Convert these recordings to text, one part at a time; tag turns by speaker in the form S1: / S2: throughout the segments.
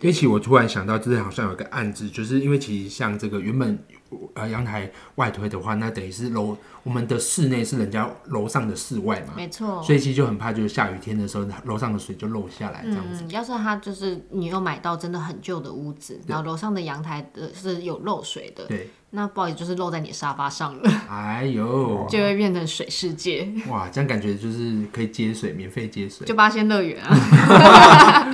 S1: 这期我突然想到，就是好像有一个案子，就是因为其实像这个原本呃阳台外推的话，那等于是楼我们的室内是人家楼上的室外嘛，
S2: 没错。
S1: 所以其实就很怕，就是下雨天的时候楼上的水就漏下来这样子。
S2: 嗯，要是他就是你又买到真的很旧的屋子，然后楼上的阳台的是有漏水的，
S1: 对，
S2: 那不好意思，就是漏在你沙发上了，
S1: 哎呦，
S2: 就会变成水世界，
S1: 哇，这样感觉就是可以接水，免费接水。
S2: 就八仙乐园啊。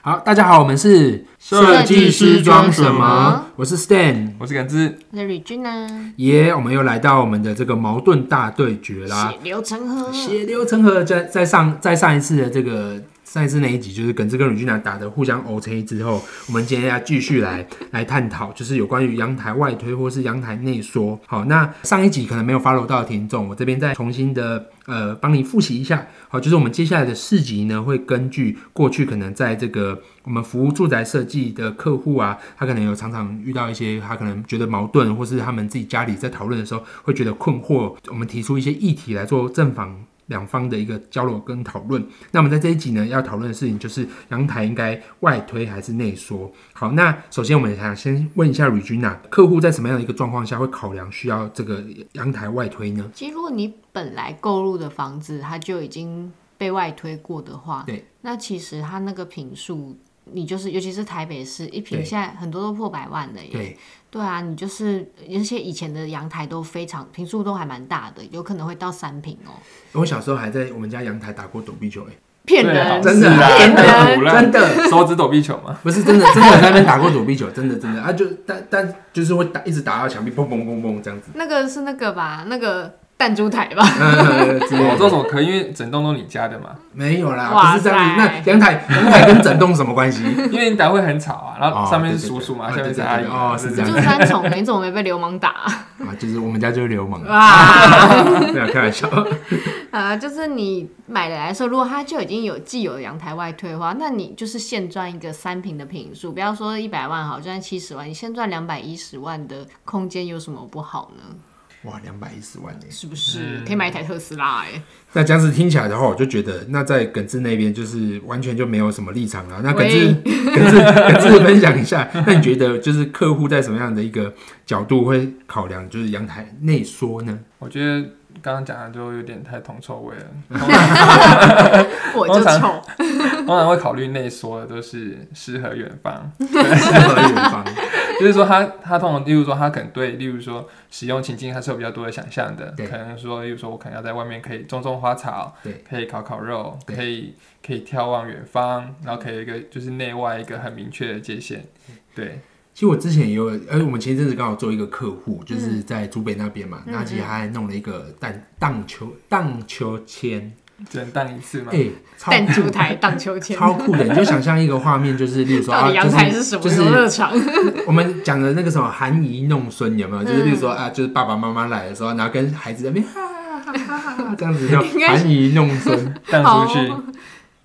S1: 好，大家好，我们是
S2: 设计师装什么？
S1: 我是 Stan，
S3: 我是感知，
S2: 那吕君呢？
S1: 耶我们又来到我们的这个矛盾大对决啦。
S2: 血流成河，
S1: 血流成河，在在上在上一次的这个上一次那一集，就是耿直跟吕俊南打的互相殴 k 之后，我们今天要继续来来探讨，就是有关于阳台外推或是阳台内缩。好，那上一集可能没有 follow 到的听众，我这边再重新的呃帮你复习一下。好，就是我们接下来的四集呢，会根据过去可能在这个我们服务住宅设计的客户啊，他可能有常常遇到一些他可能觉得矛盾，或是他们自己家里在讨论的时候会觉得困惑，我们提出一些议题来做正反两方的一个交流跟讨论。那我们在这一集呢，要讨论的事情就是阳台应该外推还是内缩。好，那首先我们想先问一下 Regina，客户在什么样的一个状况下会考量需要这个阳台外推呢？
S2: 其实，如果你本来购入的房子它就已经被外推过的话，
S1: 对，
S2: 那其实它那个平数，你就是尤其是台北市
S1: 对
S2: 一平现在很多都破百万了耶。
S1: 对
S2: 对啊，你就是而且以前的阳台都非常平数都还蛮大的，有可能会到三平哦。
S1: 我小时候还在我们家阳台打过躲避球、欸，
S2: 骗
S3: 最好
S2: 人，
S1: 真的啊
S2: 骗人。
S3: 腐烂
S1: 真的。
S3: 手指躲避球嘛，
S1: 不是真的，真的有在那边打过躲避球，真的真的啊，就但但就是会打，一直打到墙壁，砰砰砰砰这样子，
S2: 那个是那个吧，那个弹珠台吧，
S1: 呃，之类
S3: 我
S1: 的
S3: 这种可以，因为整栋都你家的 嘛，
S1: 没有啦，
S2: 哇
S1: 不是这样子。
S2: 塞
S1: 那阳台阳台跟整栋什么关系？
S3: 因为你打会很吵啊，然
S1: 哦
S3: 后上面
S1: 对对
S3: 是叔叔嘛，
S1: 对
S3: 下面是
S1: 对
S3: 阿
S1: 对
S3: 姨
S1: 对
S3: 嘛，
S1: 哦是这 样
S2: 住三重，你怎么没被流氓打 啊？
S1: 啊，就是我们家就是流氓，
S2: 哇
S1: 没有开玩笑。
S2: 啊，就是你买的来说，如果它就已经有既有的阳台外退的话，那你就是现赚一个三平的平数，不要说一百万好，就算七十万，你现赚两百一十万的空间有什么不好呢？
S1: 哇，两百一十万呢！
S2: 是不是、
S1: 嗯
S2: 可以买一台特斯拉、 欸？
S1: 那这样子听起来的话，我就觉得那在耿志那边就是完全就没有什么立场了。那耿志
S2: 喂
S1: 耿志耿志分享一下，那你觉得就是客户在什么样的一个角度会考量就是阳台内缩呢？
S3: 我觉得刚刚讲的就有点太铜臭味了。
S2: 我就
S3: 通常
S2: 丑，
S3: 通常会考虑内缩的都是诗和远 方，
S1: 适合远方，
S3: 就是说他他通常，例如说他可能对，例如说使用情境他是有比较多的想象的，
S1: 对
S3: 可能说，例如说我可能要在外面可以种种花草，
S1: 对，
S3: 可以烤烤肉，
S1: 对
S3: 可以可以眺望远方，然后可以有一个就是内外一个很明确的界限，对，
S1: 其实我之前也有，而我们前一阵子刚好做一个客户，
S2: 嗯
S1: 就是在竹北那边嘛，那其实他还弄了一个荡荡秋荡秋千，
S3: 只能当一次嘛
S1: 哎、。超
S2: 弹珠台荡秋千，
S1: 超酷的！你就想象一个画面，就是例如说
S2: 到
S1: 啊，
S2: 底阳
S1: 就
S2: 台
S1: 是
S2: 是什么
S1: 就是
S2: 游乐场？
S1: 我们讲的那个什么含饴弄孙有没有？
S2: 嗯
S1: 就是例如说啊，就是爸爸妈妈来的时候，然后跟孩子在那边哈哈哈哈 哈这样子就
S2: 应该
S1: 含饴弄孙，
S3: 荡出去
S2: 好，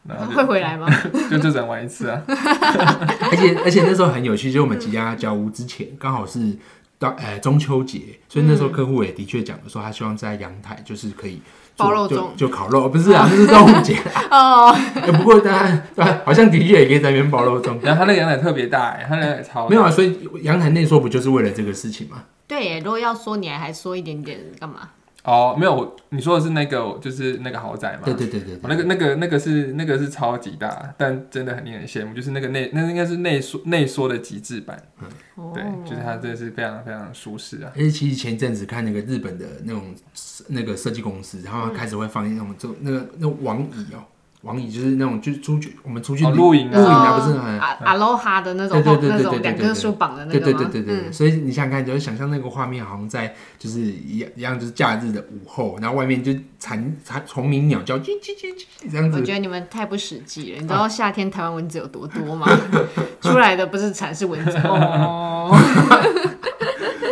S3: 然后
S2: 会
S3: 就
S2: 回 来吗？
S3: 就就只能玩一次啊。
S1: 而且而且那时候很有趣，就是我们即将要交屋之前，刚好是到呃中秋节，所以那时候客户也的确讲的说，他希望在阳台就是可以做。
S2: 包肉
S1: 就
S2: 粽
S1: 就烤肉，不是 啊，那是端午节。
S2: 哦，
S1: 哎不过当然，当然好像的确也可以在那边包肉粽，
S3: 然后他那个阳台特别大、欸，他那个阳台超大
S1: 没有啊。所以阳台内说不就是为了这个事情吗？
S2: 对耶，如果要说你还还说一点点干嘛？
S3: 哦，没有，我你说的是那个就是那个豪宅嘛？
S1: 对对对对
S3: 我
S1: 对，
S3: 那个、那个、那个是那个是超级大，但真的很令人羡慕，就是那个内那应该是内缩内缩的极致版，
S2: 哦
S3: 对，就是它真的是非常非常舒适啊。
S1: 而且其实前一阵子看那个日本的那种那个设计公司，然后
S2: 嗯
S1: 开始会放那种就那个那种网椅哦，网椅就是那种就出去我们出去
S3: 哦，露营
S1: 露营
S3: 啊，
S1: 啊，不是很
S2: 阿阿罗哈的那种
S1: 对对对对
S2: 那
S1: 对
S2: 种
S1: 对对
S2: 两
S1: 对
S2: 棵树绑的那
S1: 对
S2: 个
S1: 对
S2: 吗嗯
S1: 对对对对，所以你想想看，就是想象那个画面，好像在就是一样一样，就是假日的午后，然后外面就蝉蝉虫鸣鸟叫，叽叽叽叽这样
S2: 我
S1: 子。
S2: 觉得你们太不实际了，你知道夏天台湾蚊子有 多多吗？出来的不是蝉是蚊子哦。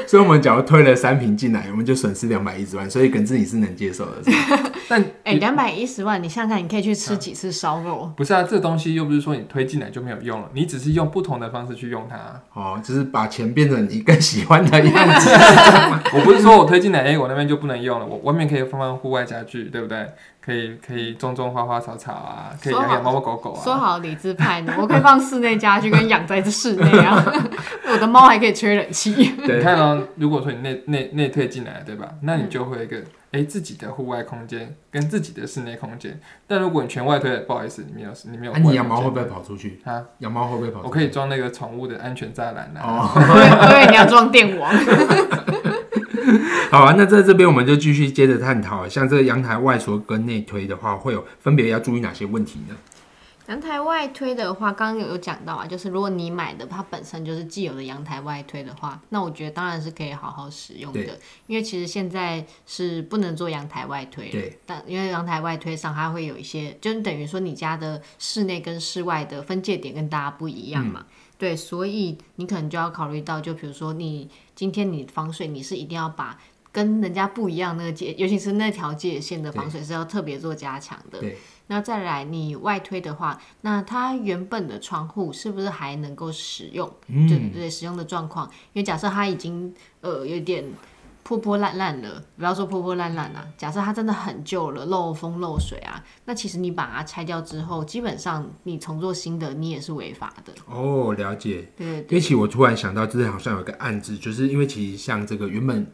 S1: 所以我们假如推了三瓶进来，我们就损失两百一十万，所以耿志你是能接受的。是吗
S3: 但
S2: 哎，两百一十万，你想想看，你可以去吃几次烧肉？
S3: 不是啊，这东西又不是说你推进来就没有用了，你只是用不同的方式去用它啊、
S1: 哦，就是把钱变成你更喜欢的样子。
S3: 我不是说我推进来，哎、我那边就不能用了，我外面可以放放户外家具，对不对？可以可以种种花花草草啊，可以养养猫猫狗狗
S2: 说
S3: 啊。
S2: 好理智派呢，我可以放室内家具跟养在室内啊， 我的猫还可以吹冷 气。
S3: 你
S1: 对，
S3: 看哦，如果说你内内内推进来，对吧？
S2: 嗯
S3: 那你就会有一个哎、自己的户外空间跟自己的室内空间。但如果你全外推，不好意思，你没有你没有
S1: 那、
S3: 户外
S1: 啊你
S3: 空间。
S1: 养猫会不会跑出去？
S3: 啊？
S1: 养猫会不会跑
S3: 我
S1: 出去？
S3: 可以装那个宠物的安全栅栏啊。
S1: 哦，
S2: 我以为你要装电网，
S1: 好啊，那在这边我们就继续接着探讨，像这个阳台外缩跟内推的话，会有分别要注意哪些问题呢？
S2: 阳台外推的话，刚刚有有讲到啊，就是如果你买的它本身就是既有的阳台外推的话，那我觉得当然是可以好好使用的
S1: 对，
S2: 因为其实现在是不能做阳台外推了
S1: 对，
S2: 但因为阳台外推上它会有一些，就是等于说你家的室内跟室外的分界点跟大家不一样
S1: 嗯
S2: 嘛。对，所以你可能就要考虑到，就比如说你今天你防水，你是一定要把跟人家不一样那个界，尤其是那条界限的防水是要特别做加强的。
S1: 对，
S2: 那再来你外推的话，那它原本的窗户是不是还能够使用？
S1: 嗯
S2: 对对对，使用的状况，因为假设它已经呃有点破破烂烂了，不要说破破烂烂啊，假设它真的很旧了，漏风漏水啊，那其实你把它拆掉之后，基本上你重做新的，你也是违法的。
S1: 哦，了解。
S2: 对，
S1: 因为其实我突然想到，就是好像有个案子，就是因为其实像这个原本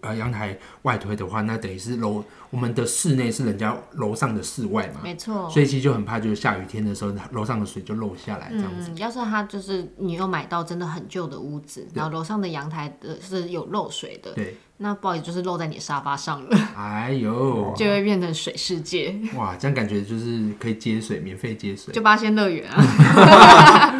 S1: 呃阳台外推的话，那等于是楼我们的室内是人家楼上的室外嘛，
S2: 没错。
S1: 所以其实就很怕，就是下雨天的时候，楼上的水就漏下来这样子。
S2: 嗯，要是它就是你又买到真的很旧的屋子，然后楼上的阳台的是有漏水的，
S1: 对，
S2: 那不好意思，就是漏在你沙发上了，
S1: 哎呦，
S2: 就会变成水世界。
S1: 哇，这样感觉就是可以接水，免费接 水。
S2: 就八仙乐园啊，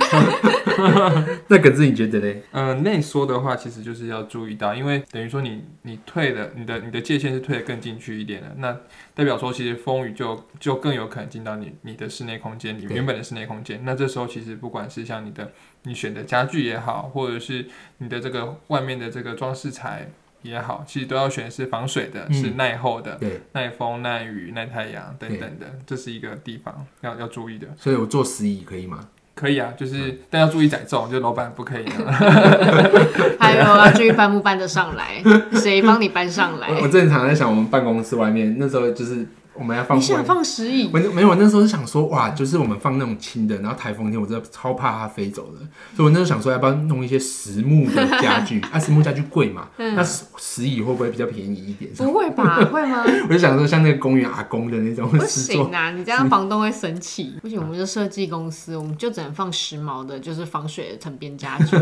S1: 那可是你觉得嘞？
S3: 呃，内缩的话，其实就是要注意到，因为等于说你你退了，你的你的界限是退得更进去一点的，那代表说其实风雨就就更有可能进到你你的室内空间，你
S1: 对
S3: 原本的室内空间。那这时候其实不管是像你的你选的家具也好，或者是你的这个外面的这个装饰材也好，其实都要选是防水的，
S1: 嗯
S3: 是耐候的，
S1: 对，
S3: 耐风、耐雨、耐太阳等等的，这是一个地方要要注意的。
S1: 所以我做十椅可以吗？
S3: 可以啊，就是、但要注意载重，就老板不可以、啊。
S2: 还有啊要注意搬不搬得上 来，谁帮你搬上来
S1: 我？我正常在想，我们办公室外面那时候就是我们要放
S2: 你
S1: 外
S2: 想
S1: 面
S2: 放石 椅，
S1: 我那没有，我那时候是想说，哇，就是我们放那种轻的，然后台风天我真的超怕它飞走的，所以我那时候想说，要不要弄一些实木的家 具？啊，实木家具贵嘛，
S2: 嗯
S1: 那石石椅会不会比较便宜一点？
S2: 不会吧？会 吗？
S1: 我就想说，像那个公园阿公的那种
S2: 不
S1: 石座
S2: 行，啊！你这样房东会生气。不行，我们是设计公司，我们就只能放时髦的，就是防水的藤编家具。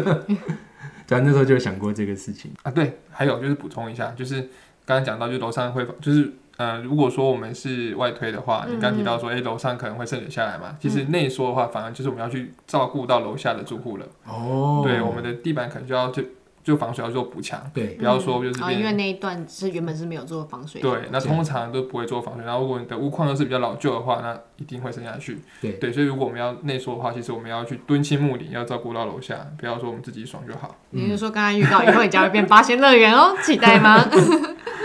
S1: 对啊，那时候就有想过这个事情。
S3: 啊，对，还有就是补充一下，就是刚刚讲到，就楼上会就是呃，如果说我们是外推的话，你刚提到说，哎、楼上可能会渗水下来嘛，其实内缩的话，反而就是我们要去照顾到楼下的住户了，
S1: 哦，
S3: 对，我们的地板可能就要就就防水要做补强，
S1: 对
S3: 不要说就是
S2: 啊，
S3: 变
S2: 因为那一段是原本是没有做防水的。
S3: 对，那通常都不会做防水。然后如果你的屋况又是比较老旧的话，那一定会渗下去。
S1: 对
S3: 所以如果我们要内缩的话，其实我们要去敦亲睦邻，要照顾到楼下，不要说我们自己爽就好。
S2: 你是说刚刚预告以后你家会变八仙乐园 哦？期待吗？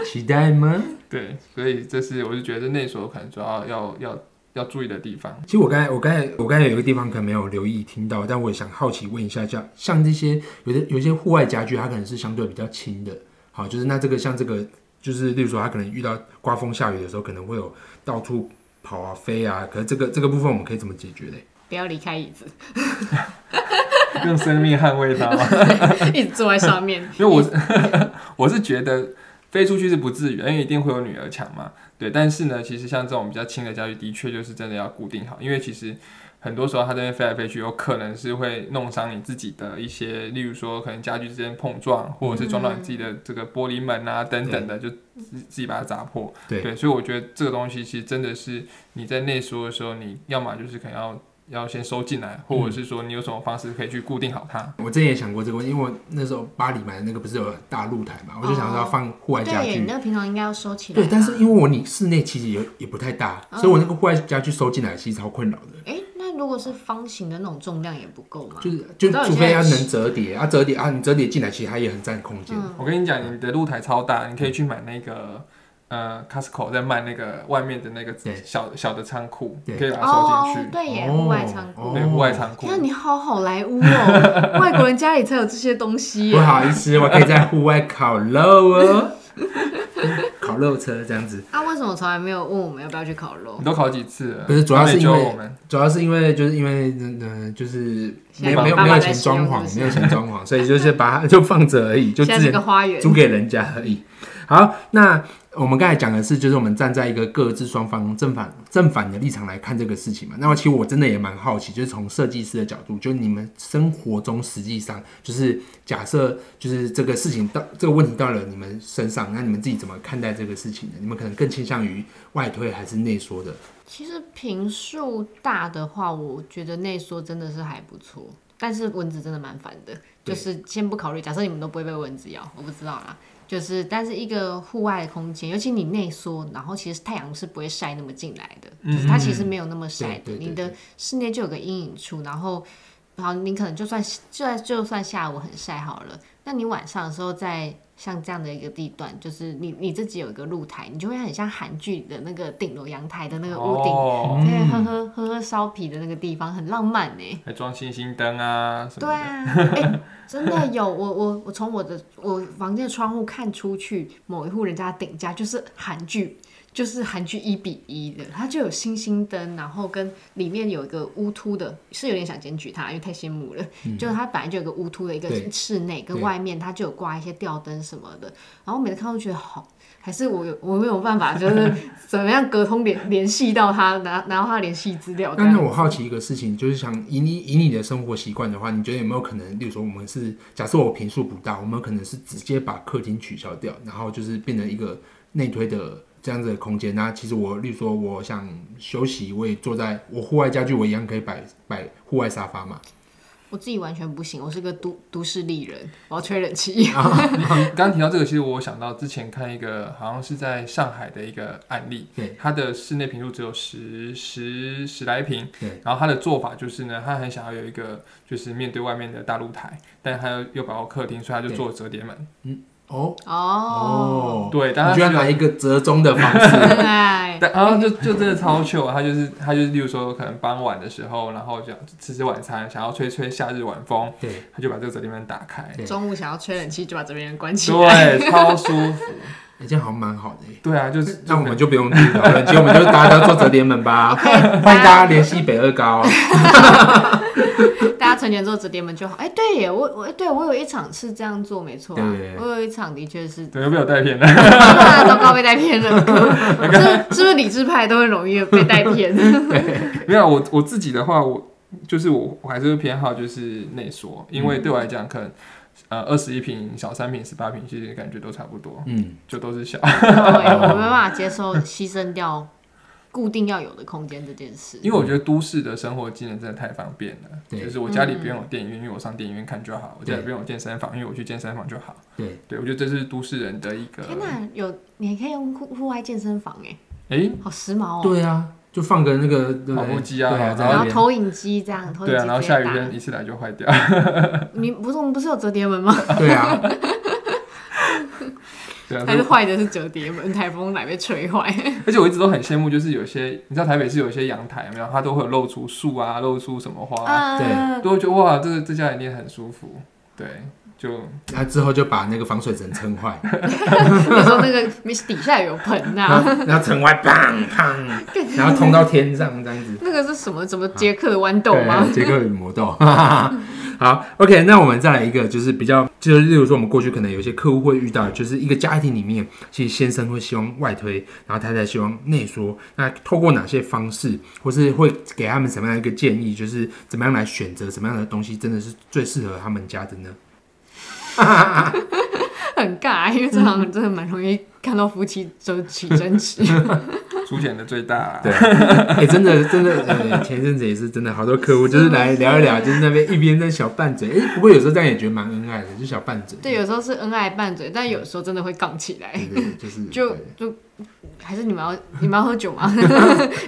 S1: 期待吗？
S3: 对，所以这是我就觉得内缩可能主要要要要注意的地方。
S1: 其实我刚才我刚才我刚才有一个地方可能没有留意听到，但我也想好奇问一下，像像这些有的有些户外家具，它可能是相对比较轻的，好，就是那这个像这个就是例如说它可能遇到刮风下雨的时候，可能会有到处跑啊飞啊，可是这个这个部分我们可以怎么解决嘞？
S2: 不要离开椅 子，
S3: 用生命捍卫它嘛。
S2: 一直坐在上面。
S3: 因为我是我是觉得飞出去是不至于，因为一定会有女儿墙嘛。对，但是呢，其实像这种比较轻的家具，的确就是真的要固定好，因为其实很多时候它这边飞来飞去，有可能是会弄伤你自己的一些，例如说可能家具之间碰撞，或者是撞到你自己的这个玻璃门啊等等的，就自自己把它砸破。
S1: 对
S3: 所以我觉得这个东西其实真的是你在内缩的时候，你要么就是可能要。要先收进来，或者是说你有什么方式可以去固定好它？
S1: 我之前也想过这个问题，因为我那时候巴黎买的那个不是有大露台嘛，我就想说要放户外家
S2: 哦对耶，你
S1: 具。
S2: 那个平常应该要收起来吧。
S1: 对，但是因为我你室内其实也也不太大，所以我那个户外家具收进来其实超困扰的。
S2: 哎，那但如果是方形的那种重量也不够嘛。
S1: 就是就
S2: 我知道有
S1: 除
S2: 些
S1: 非它
S2: 人
S1: 能折叠啊，折叠啊，你折叠进来，其实它也很占空间。
S2: 嗯
S3: 我跟你讲，你的露台超大，你可以去买那个呃 Costco 在卖那个外面的那个
S1: 对
S3: 小小的仓库，
S1: 对
S3: 你可以把它收
S2: 哦
S3: 进，去。
S2: 对耶，
S1: 哦
S2: 户外仓库。
S1: 哦
S3: 对，户外仓库
S2: 天啊，。你好好莱坞 哦，外国人家里才有这些东西
S1: 不
S2: 耶。
S1: 好意思，我可以在户外烤肉哦，烤肉车这样子。
S2: 啊，为什么从来没有问我们要不要去烤肉
S3: 你？都考几次了？
S1: 不是主要是因为
S3: 都没揪我们
S1: 主要是因为就是因为嗯、呃就是没有没有
S2: 爸
S1: 没
S2: 爸
S1: 有
S2: 在
S1: 钱
S2: 使
S1: 装
S2: 用是不
S1: 潢，
S2: 是
S1: 没有钱装潢，所以就是把它 就放着而已，就
S2: 现
S1: 自
S2: 在
S1: 己
S2: 是个花园，
S1: 租给人家而已。好，那我们刚才讲的是，就是我们站在一个各自双方正反正反的立场来看这个事情嘛。那么其实我真的也蛮好奇，就是从设计师的角度，就是你们生活中实际上就是假设就是这个事情到这个问题到了你们身上，那你们自己怎么看待这个事情呢？你们可能更倾向于外推还是内缩的？
S2: 其实平数大的话，我觉得内缩真的是还不错，但是蚊子真的蛮烦的。
S1: 对
S2: 就是先不考虑，假设你们都不会被蚊子咬，我不知道啦。就是，但是一个户外的空间，尤其你内缩，然后其实太阳是不会晒那么进来的，
S3: 嗯
S2: 就是它其实没有那么晒的。
S1: 对对对
S2: 你的室内就有个阴影处，然后，好，你可能就算就算就算下午很晒好了，那你晚上的时候在像这样的一个地段，就是你你自己有一个露台，你就会很像韩剧的那个顶楼阳台的那个呃屋顶，
S3: 哦，
S2: 对，喝喝喝喝烧啤的那个地方很浪漫呢。
S3: 还装星星灯啊什
S2: 对
S3: 么的。
S2: 啊， 哎、真的有我我我从我的我房间的窗户看出去，某一户人家的顶家就是韩剧，就是韩剧一比一的，它就有星星灯，然后跟里面有一个乌秃的，是有点想检举他，因为太羡慕了。
S3: 嗯
S2: 就是它本来就有个乌秃的一个
S1: 对
S2: 室内跟
S1: 对
S2: 外面，它就有挂一些吊灯什么的，然后每次看都觉得好。还是我有我没有办法，就是怎么样隔空联联系到他，拿拿到他联系资料这
S1: 但
S2: 样。
S1: 是我好奇一个事情，就是想以你以你的生活习惯的话，你觉得有没有可能，例如说我们是假设我平数不大，我们可能是直接把客厅取消掉，然后就是变成一个内推的这样子的空间。那其实我，例如说我想休息，我也坐在我户外家具，我一样可以摆摆户外沙发嘛。
S2: 我自己完全不行，我是个都都市丽人，我要吹冷气。
S3: 啊 你刚刚提到这个，其实我想到之前看一个好像是在上海的一个案例，
S1: 对，
S3: 它的室内平数只有十十十来平，
S1: 对，
S3: 然后它的做法就是呢，他很想要有一个就是面对外面的大露台，但他又又保护客厅，所以他就做折叠门，
S1: 哦
S2: 哦，
S3: 对，但
S1: 你
S3: 他
S1: 居然拿一个折中的方 式，
S2: 真爱。
S3: 但然后就就真的超糗啊，他就是他就是，例如说可能傍晚的时候，然后想吃吃晚餐，想要吹吹夏日晚风，
S1: 对，
S3: 他就把这个折叠门打开，
S1: 对
S2: 中午想要吹冷气，就把这边人关 起来。
S3: 对，超舒服，
S1: 哎这样好像蛮好的耶。
S3: 对啊，就是
S1: 那我们就不用自己讨论，其实我们就大家都做折叠门 吧，欢迎大家联系北二高。
S2: 大家存钱做折叠门就好。哎、对耶，我我对我有一场是这样做，没错、啊
S1: 对。
S2: 我有一场的确 是，
S3: 对又被我带偏了。
S2: 啊，糟糕，被带偏 了。是是不是理智派都会容易被带偏？
S3: 没有，啊我我自己的话，我就是我，我还是会偏好就是内缩，因
S1: 嗯
S3: 为对我来讲，可能呃二十一平、小三平、十八平，其实感觉都差不多，
S1: 嗯，
S3: 就都是小。
S2: 对，我没办法接受牺牲掉固定要有的空间这件事。
S3: 因为我觉得都市的生活技能真的太方便了，
S1: 对
S3: 就是我家里不
S2: 嗯
S3: 用有电影院，因为我上电影院看就好；我家里不用有健身房，因为我去健身房就好。
S1: 对，
S3: 对，我觉得这是都市人的一个，
S2: 天哪，有你还可以用户户外健身房哎，
S3: 哎，
S2: 好时髦哦。
S1: 对啊，就放个那个对不对
S3: 跑步机啊
S1: 对
S3: 然后
S1: 在
S2: 然
S1: 那
S2: 后
S1: 边
S2: 投影机这样，投影
S3: 对
S2: 机
S3: 啊，然后
S2: 直接
S3: 下雨
S2: 打。
S3: 天一次来就坏掉。
S2: 你不是我们不是有折叠门吗？
S1: 对啊，
S3: 对啊，
S2: 还是坏的是折叠门，台风来被吹坏。
S3: 而且我一直都很羡慕，就是有些你知道台北是有一些阳台有没有，它都会有露出树啊，露出什么花啊
S2: 嗯，
S3: 都会觉得哇，这个这家一定很舒服。对，就
S1: 那之后就把那个防水层撑 坏，
S2: 你说那个底下有啊盆呐、
S1: 然后然后撑坏，砰砰，然后通到天上这样子。
S2: 那个是什么？什么捷克的豌豆吗？
S1: 对？杰克与魔豆。 好，OK，那我们再来一个，就是比较，就是例如说我们过去可能有些客户会遇到，就是一个家庭里面，其实先生会希望外推，然后太太希望内缩。那透过哪些方式，或是会给他们什么样的一个建议，就是怎么样来选择什么样的东西，真的是最适合他们家的呢？
S2: 很尬、因为这行真的蛮容易看到夫妻就起争执。
S3: 出险的最大、啊。
S1: 对，哎、真的真的，呃，前阵子也是真的，好多客户就是来聊一聊，就是那边一边在小拌嘴，哎、不过有时候这样也觉得蛮恩爱的，就小拌嘴。
S2: 对，有时候是恩爱拌嘴，但有时候真的会杠起来。
S1: 对对，就是
S2: 就
S1: 嗯对
S2: 就还是你们要你们要喝酒吗？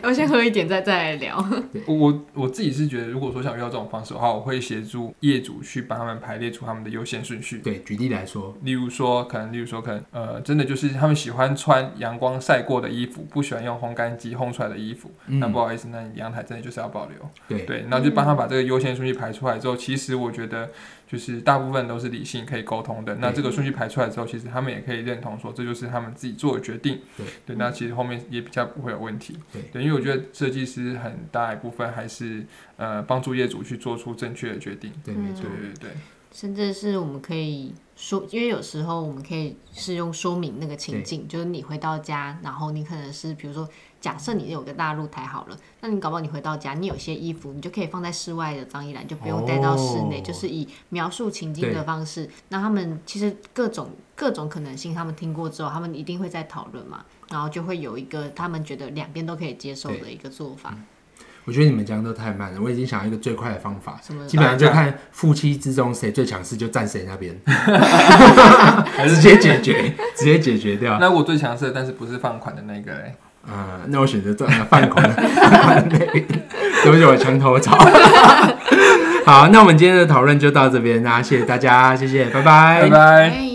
S2: 要先喝一点再再来聊。
S3: 我我我自己是觉得，如果说想遇到这种方式的话，我会协助业主去帮他们排列出他们的优先顺序。
S1: 对，举例来说，
S3: 例如说，可能例如说，可能呃，真的就是他们喜欢穿阳光晒过的衣服，不喜欢用烘干机烘出来的衣服。那不好意思，那你阳台真的就是要保留。
S1: 嗯对
S3: 嗯对，那就帮他把这个优先顺序排出来之后，其实我觉得就是大部分都是理性可以沟通的。那这个顺序排出来之后，其实他们也可以认同说这就是他们自己做的决定。
S1: 对
S3: 那其实后面也比较不会有问题。
S1: 对
S3: 因为我觉得设计师很大一部分还是呃帮助业主去做出正确的决定。
S2: 嗯
S1: 对，没
S3: 对
S1: 错，
S3: 对对，
S2: 甚至是我们可以说，因为有时候我们可以是用说明那个情境，就是你回到家，然后你可能是比如说，假设你有个大露台好了，那你搞不好你回到家，你有些衣服你就可以放在室外的脏衣篮，就不用带到室内，
S1: 哦
S2: 就是以描述情境的方式。那他们其实各种各种可能性，他们听过之后，他们一定会在讨论嘛，然后就会有一个他们觉得两边都可以接受的一个做法。
S1: 我觉得你们讲的都太慢了，我已经想到一个最快的方法
S2: 什么，
S1: 基本上就看夫妻之中谁最强势就站谁那边，
S3: 还
S1: 直
S3: 是
S1: 接解决，直接解决掉。
S3: 那我最强势的，但是不是放款的那个嘞？
S1: 啊、那我选择做呃犯款， 对不起，我墙头草。好，那我们今天的讨论就到这边，那谢谢大家，谢谢，拜拜
S3: 拜拜。
S2: 哎